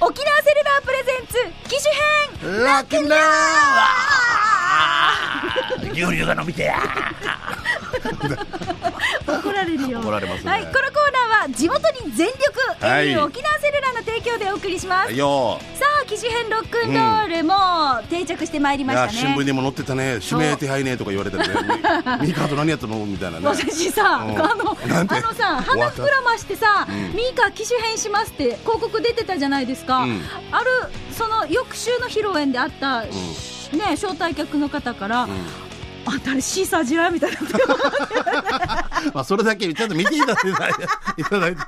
沖縄セルラープレゼンツ機種編ラッキンロー 牛乳が伸びてや怒られるよ怒られますねはい、このコーナーは地元に全力、はい au 沖縄セルラーの提供でお送りします、よさあ機種編ロックンロール、もう定着してまいりいましたやね新聞にも載ってたね指名手配ねとか言われたね ミカと何やったのみたいなね私さ、うんあのなあんてのさ鼻膨らましてさ「ミーカ機種変します」って広告出てたじゃないですか、うんあるその翌週の披露宴であった、ね招待客の方から「あんたあれシーサー地雷みたいなまあそれだけちゃんと見ていただいていただいて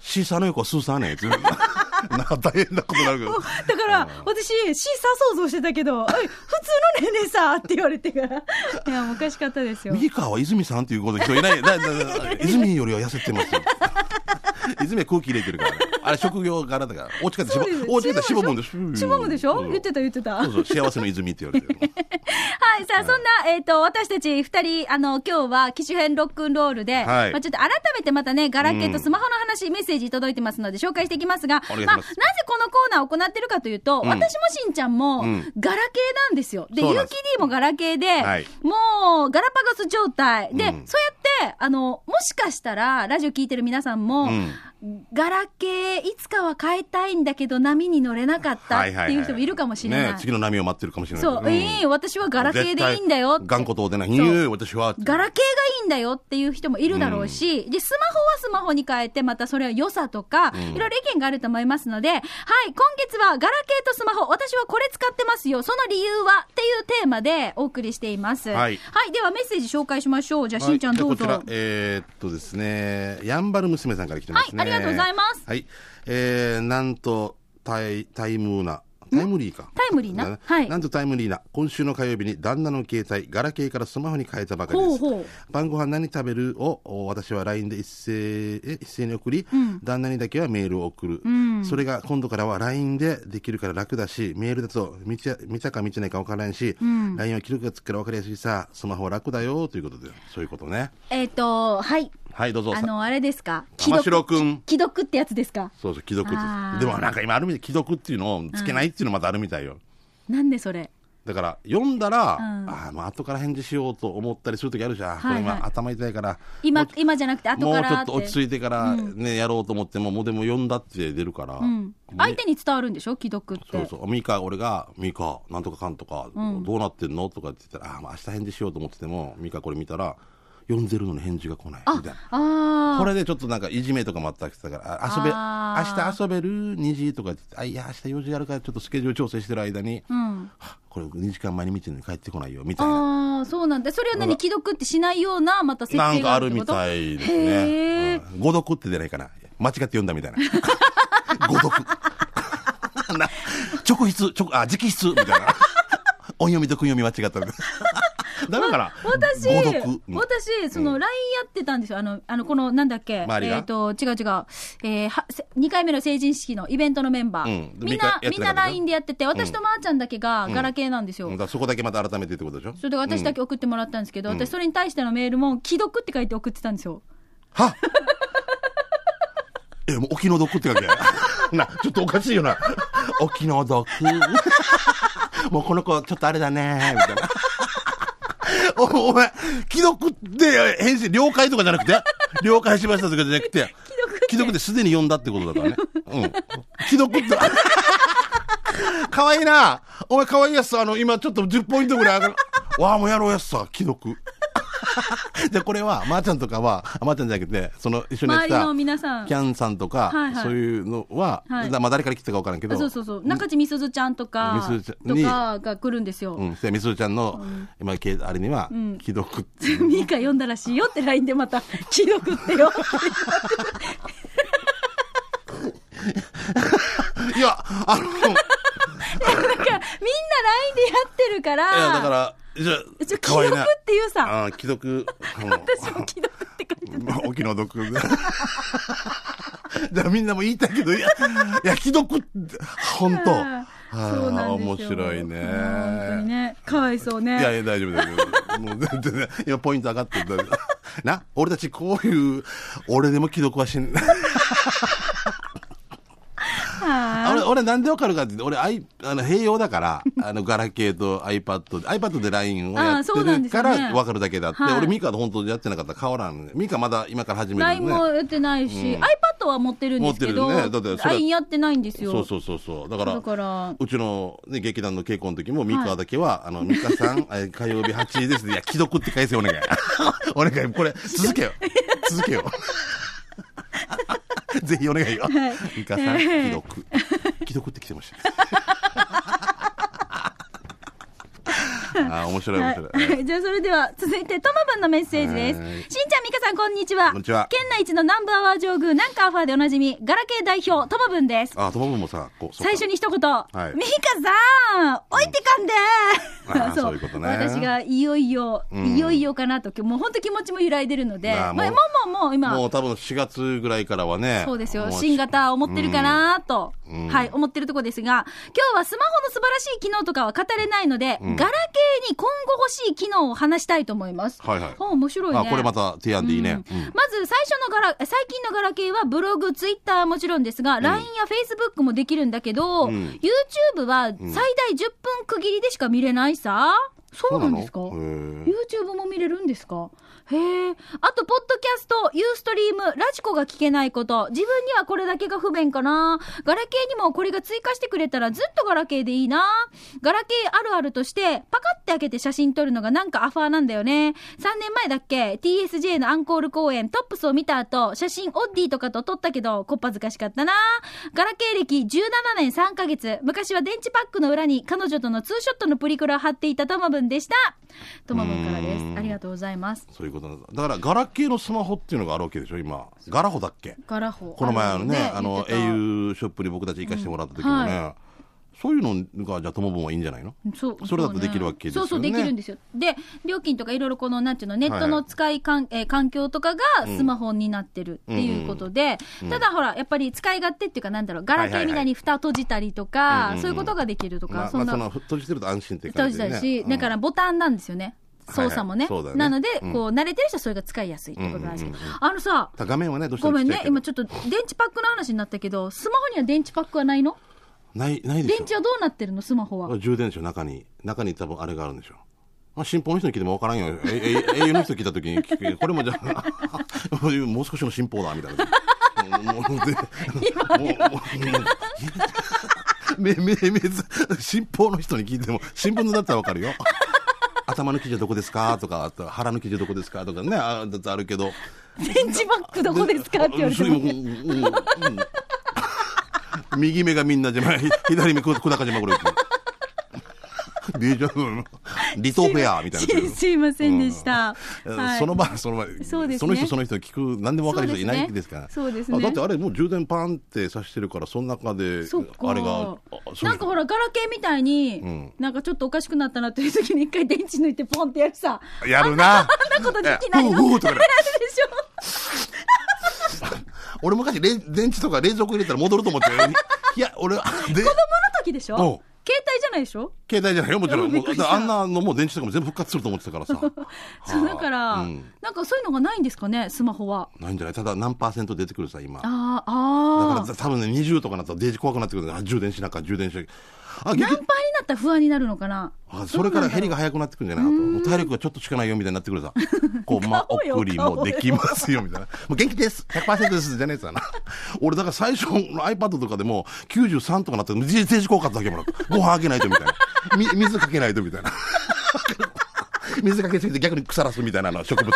シーサーの横スーサ ーねってなんか大変なことになるけどだから、私、シーサー想像してたけど、え普 通のねえねえさーって言われてから。いや、もうおかしかったですよ。右川は泉さんっていうことで人いない だだだ泉よりは痩せてますよ泉は空気入れてるから、ね、あれ職業柄だから落ち方しぼそうです落ち方しぼむんですしぼむでしょうん言ってた言ってた。は そうそう幸せの泉って言われてるい、さあ、そんな、えっと、私たち二人、あの、今日は、機種編ロックンロールで、はいまあちょっと改めてまたね、ガラケーとスマホの話、メッセージ届いてますので、紹介していきますが、お願いしまあ、すなぜこのコーナーを行ってるかというと、私もしんちゃんも、ガラケーなんですよ。で、ゆそううきなんです D もガラケーで、はいもう、ガラパゴス状態。で、そうやって、あの、もしかしたら、ラジオ聞いてる皆さんも、ガラケー、いつかは変えたいんだけど、波に乗れなかったっ はていはいはいいう人もいるかもしれない。ね次の波を待ってるかもしれないそう、んいいよ、私はガラケーでいいんだよって絶対頑固党でないいいそうよ私はガラケーがいいんだよっていう人もいるだろうし、で、スマホはスマホに変えて、またそれは良さとか、いろいろ意見があると思いますので、はい、今月はガラケーとスマホ、私はこれ使ってますよ、その理由はっていうテーマでお送りしています。はいではメッセージ紹介しましょう。じゃあ、はしいんちゃんどうぞ。じゃあこちら、えーっとですね、やんばる娘さんから来てますね。はいありがとうございますはい。えー、なんと、タイ、タイムーな、タイムリーか。タイムリーなだねはいなんとタイムリーな、今週の火曜日に旦那の携帯、ガラケーからスマホに変えたばかりです。ほうほ晩ご飯何食べるをお私は LINE で一斉え一斉に送り、旦那にだけはメールを送る、それが今度からは LINE でできるから楽だしメールだと見ちゃ見たか見てないか分からないし、LINE は記録がつくから分かりやすいしさスマホは楽だよということでそういうことねえっ、と、はい。はいどうぞあの、あれですか。玉城くん既読ってやつですか。そうそう既読であーすでもなんか今あるみたい既読っていうのをつけないっていうのまたあるみたいよ、なんでそれ。だから読んだら、うんああもう後から返事しようと思ったりする時あるじゃん、はいはいこれ今頭痛いから今もう、今じゃなくて、後もかうちょらっ。ってと落ち着いてからね、やろうと思っても、もうでも読んだって出るから、うん。相手に伝わるんでしょ既読って。そうそう、ミカ、俺が、ミカ、なんとかかんとか、どうなってんのとかって言ったら、あーまあ明日返事しようと思ってても、ミカこれ見たら、読んでるのに返事が来ない、みたいな。ああ。これでちょっとなんかいじめとかもあったりしてたから、あ遊べ、あー明日遊べる ?2 時とかって言って、あ、いや、明日4時あるからちょっとスケジュール調整してる間に、うん。はこれ2時間前に見てるのに帰ってこないよ、みたいな。ああ、そうなんだ。それは何なんか既読ってしないような、また設な定んかがああるっるてこみとたいですへねー。うん誤読って出ないかな。間違って読んだみたいな。 誤読。 な直筆、直、あ、直筆みたいな。 音読みと訓読み間違ったみたいな。 ダメかな私、誤読。うん私、その、LINE やってたんですよ。あの、あの、この、なんだっけ。えっ、周りがと、違う違う。えーは、せ2回目の成人式のイベントのメンバー。うんみんな、みんなやってなかったみんな LINE でやってて、私とまーちゃんだけが、ガラケーなんですよ。うんだからそこだけまた改めてってことでしょそれで私だけ送ってもらったんですけど、私それに対してのメールも、既読って書いて送ってたんですよ。は え、もう、お気の毒って書け。 な、ちょっとおかしいよ な。お気の毒。 もうこの子、ちょっとあれだね、みたいな。 おお前、既読って返信、了解とかじゃなくて、了解しましたとかじゃなくて、既読って既読ってすでに読んだってことだからね。うん。既読って、かわいいな。お前かわいいやつさ、あの、今ちょっと10ポイントぐらい上がる。わあ、もうやろうやつさ、既読。じゃあこれは、まー、ちゃんとかは、あまー、ちゃんじゃなくて、その一緒にやって周りたの、皆さん。キャンさんとか、はいはいそういうのは、はいだまあ誰から来てたかわからんけど、あそうそうそう。中地みすずちゃんとか、みすずちゃんとにかが来るんですよ。うん、でみすずちゃんの、今けあれには、既読っていうミカ読んだらしいよって LINE でまた、 既読ってよ。いや、あの、いなんか、みんな LINE でやってるから、やだから、じゃちょ既あ、かわいい読なっ。ていうさ、あー既読、あの私も既読って書いてまあお気の毒。じゃあみんなも言いたいけど、いや、いや、既読って、本当。あ あた。そうーなんで面すよ。白いね。うん本当にね。かわいそうね。いやいや、大丈夫、大丈夫。もう全然、今ポイント上がってる。な、俺たちこういう、俺でも既読はしん、な俺、俺なんでわかるかって言って、俺、アイあの併用だから、あの、ガラケーと iPad で、iPad で LINE をやってあーそうなんでるすよかねらわかるだけだって、はい俺、ミカと本当にやってなかったら変わらんね。ミカまだ今から始める LINE のもね。やってないし、うん iPad は持ってるんですけど、持ってるねだってそれ LINE やってないんですよ。そうそうそうそう。だからだ、から、うちの、ね、劇団の稽古の時も、ミカだけは、あの、ミカ さん、えー火曜日8時ですね。いや、既読って返せよ、お願い。 お願い、これ、続けよ。続けよ。 ぜひお願いよ。ミカさん、既読。既読って来 てました。あー面白い、面白い。はい、 じゃあそれでは続いてトマブンのメッセージです。しはーいんちゃん、みかさん、こんにちは。こんにちは県内一のナンバーワー上宮、なんかアファーでおなじみ、ガラケー代表、トマブンです。あ、友分もさ、こう、そうか最初に一言、いみかさん、置いてかんでう んあーそういうことね私がいよいよ、うんいよいよかなと、もう本当気持ちも揺らいでるので、ままあもうあももううもう今、もう多分4月ぐらいからはね。そうですよ。もう新型を持ってるかなと、うんはい、思ってるとこですが、今日はスマホの素晴らしい機能とかは語れないので、うんガラケーに今後欲しい機能を話したいと思います。はいはいあ面白いね。あ、これまた提案でいいね。ううんんまず最初のガラ、最近のガラケーはブログ、ツイッターはもちろんですが、LINE や Facebook もできるんだけど、うん YouTube は最大10分区切りでしか見れないさ。そうなんですかそうなのへー YouTube も見れるんですかへえ。あと、ポッドキャスト、ユーストリーム、ラジコが聞けないこと、自分にはこれだけが不便かな。ガラケーにもこれが追加してくれたらずっとガラケーでいいな。ガラケーあるあるとして、パカって開けて写真撮るのがなんかアファーなんだよね。3年前だっけ ?TSJ のアンコール公演、トップスを見た後、写真オッディとかと撮ったけど、こっぱずかしかったな。ガラケー歴17年3ヶ月。昔は電池パックの裏に彼女とのツーショットのプリクラを貼っていたトマブンでした。トマブンからですう。んありがとうございます。そういうことなんだ。だから、ガラケーのスマホっていうのがあるわけでしょ、今。ガラホだっけガラホ。この前あのね、あの、言ってた au ショップに僕たち行かしてもらった時もね、うんそういうのが、じゃあ、ともぶんはいいんじゃないのそうそれだとうねできるわけですよそうねそう、できるんですよ。で、料金とかいろいろこの、なんていうの、ネットの使いかん、えー環境とかがスマホになってるっていうことで、ただほら、やっぱり使い勝手っていうか、なんだろう、ガラケーみたいに蓋閉じたりとはいはいかは、いそういうことができるとまか、あ、そまんあ、なそ、の、閉じてると安心っていう閉感じじたで、ね。りし、だからうん、ボタンなんですよね。操作もね。はいはいそうだよねなので、うんこう、慣れてる人はそれが使いやすいってことなんですけど、うんうんうんあのさ、ただ画面はね、どうしてごもめちんっちねゃい、けど今ちょっと電池パックの話になったけど、スマホには電池パックはないのない、ないで電しょ。池はどうなってるのスマホは。充電でしょ、中に。中に多分あれがあるんでしょ。まあ、新報の人に聞いても分からんよ。え、え、え、英雄の人聞いた時に聞く、これもじゃあ、もう少しの新報だ、みたいな。もう、もう、でもう、もう、め、め、めず、新報の人に聞いても、新聞だったら分かるよ。頭の記事はどこですかとか、あと腹の記事はどこですかとかね、あだってあるけど。電池バッグどこですかって言われてうんも。うんうんうん右目がみんな じまい、左目こ小高島これ。 大丈夫リトフェアみたいなやつ。すいませんでした。はいその場その場そうですねの人その人聞く何でも分かる人いないですからそうですねあだってあれもう充電パンってさしてるからその中でそっかあれがあそうなんかほらガラケーみたいに、んなんかちょっとおかしくなったなという時に一回電池抜いてポンってやるさやるなあんなことできないのえふうふうとか ねやられるでしょ俺昔レ電池とか冷蔵庫入れたら戻ると思っていや俺であの時でしょおう携帯じゃないでしょ携帯じゃないよもちろんびもっくうだりっしてたあんなのもう電池とかも全部復活すると思ってたからさそうだから、うんなんかそういうのがないんですかねスマホはないんじゃないただ何パーセント出てくるさ今だあーかあらー多分ね20とかなったらデージ怖くなってくるねあ充電しなあかん充電しなあかんあ何逆倍にになったら不安になるのかなあそれから減りが早くなってくるんじゃないかともう体力がちょっとしかないよみたいになってく るさこうま顔よ送りもできますよみたいなもう元気です100%ですじゃねえさな 俺だから最初の iPad とかでも93とかなってデージデージ効果だけもらったご飯あげないとみたい なみ水かけないとみたいな 水かけすぎて逆に腐らすみたいなの植 物を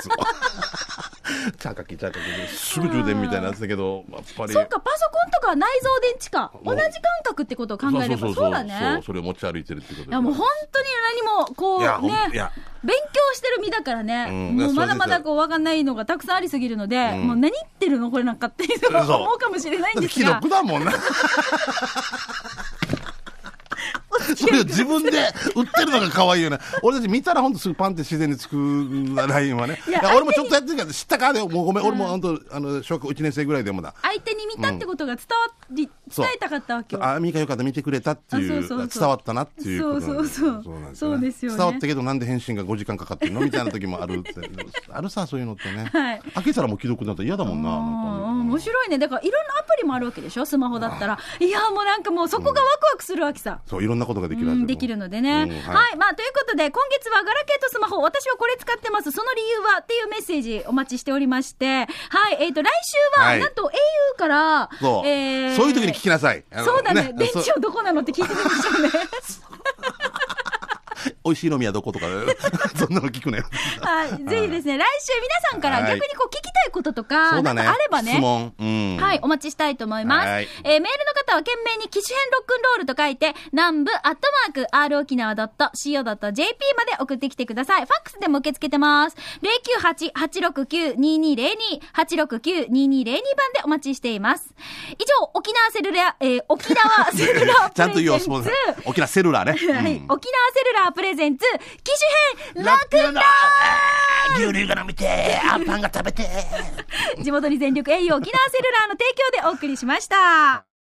チャカキチャカキすぐ充電みたいなやつだけどやっぱりそうかパソコンとかは内蔵電池か同もじう感覚ってことを考えればそうだねそうそれを持ち歩いてるってことでいやもう本当に何もこういやほんねいや勉強してる身だからね、うんもういやまだまだこう分かんないのがたくさんありすぎるので、もう何言ってるのこれなんかっていうのそうは思うかもしれないんだっでてす既が読だもんなそれを自分で売ってるのが可愛いよね俺たち見たらほんとすぐパンって自然につくラインはねいいやや俺もちょっとやってるから知ったかでもうごめん俺もほんとあの小学校1年生ぐらいでもだ相手に見たってことが伝わり伝えたかったわけよ。あ、ミカよかった、見てくれたってあいう、そうそうそう伝わったなっていうことなんですそうそうそうなんそうですよね伝わったけど、なんで返信が5時間かかってるのみたいな時もあるって。 あるさ、そういうのってね。はい開けたらもう既読になったら嫌だもんな。あーなんか面ね白いね。だからいろんなアプリもあるわけでしょスマホだったら。いや、もうなんかもうそこがワクワクするわけさ。そう、いろんなことができうるはずん、できるのでね。うんはい、はいまあ、ということで、今月はガラケーとスマホ、私はこれ使ってます。その理由はっていうメッセージお待ちしておりまして。はい。えっ、と、来週は、はいなんと au から、そう、えーそういう時に聞きなさい。あのそうだね。電そう池をどこなのって聞いてみまし ょうね。美味しい飲みはどことか、 そんなの聞くね。はい。ぜひですね、来週皆さんから逆にこう聞きたいこととそか、うなだんね。かあればね。質問。うん。はい、お待ちしたいと思います。はえいーメールの方は懸命に機種編ロックンロールと書いて、南部アットマーク、r 沖縄 .co.jp まで送ってきてください。ファックスでも受け付けてます。098-869-2202、869-2202番でお待ちしています。以上、沖縄セルラ、えー、沖縄セルラ ちゃんとプレ言おゼう、スポンンツ サー。沖縄セルラーね。はい、沖縄セルラープレゼンツ、機種編ロックンロール牛乳が飲みてー、あんパンが食べてー。地元に全力栄養沖縄セルラーの提供でお送りしました。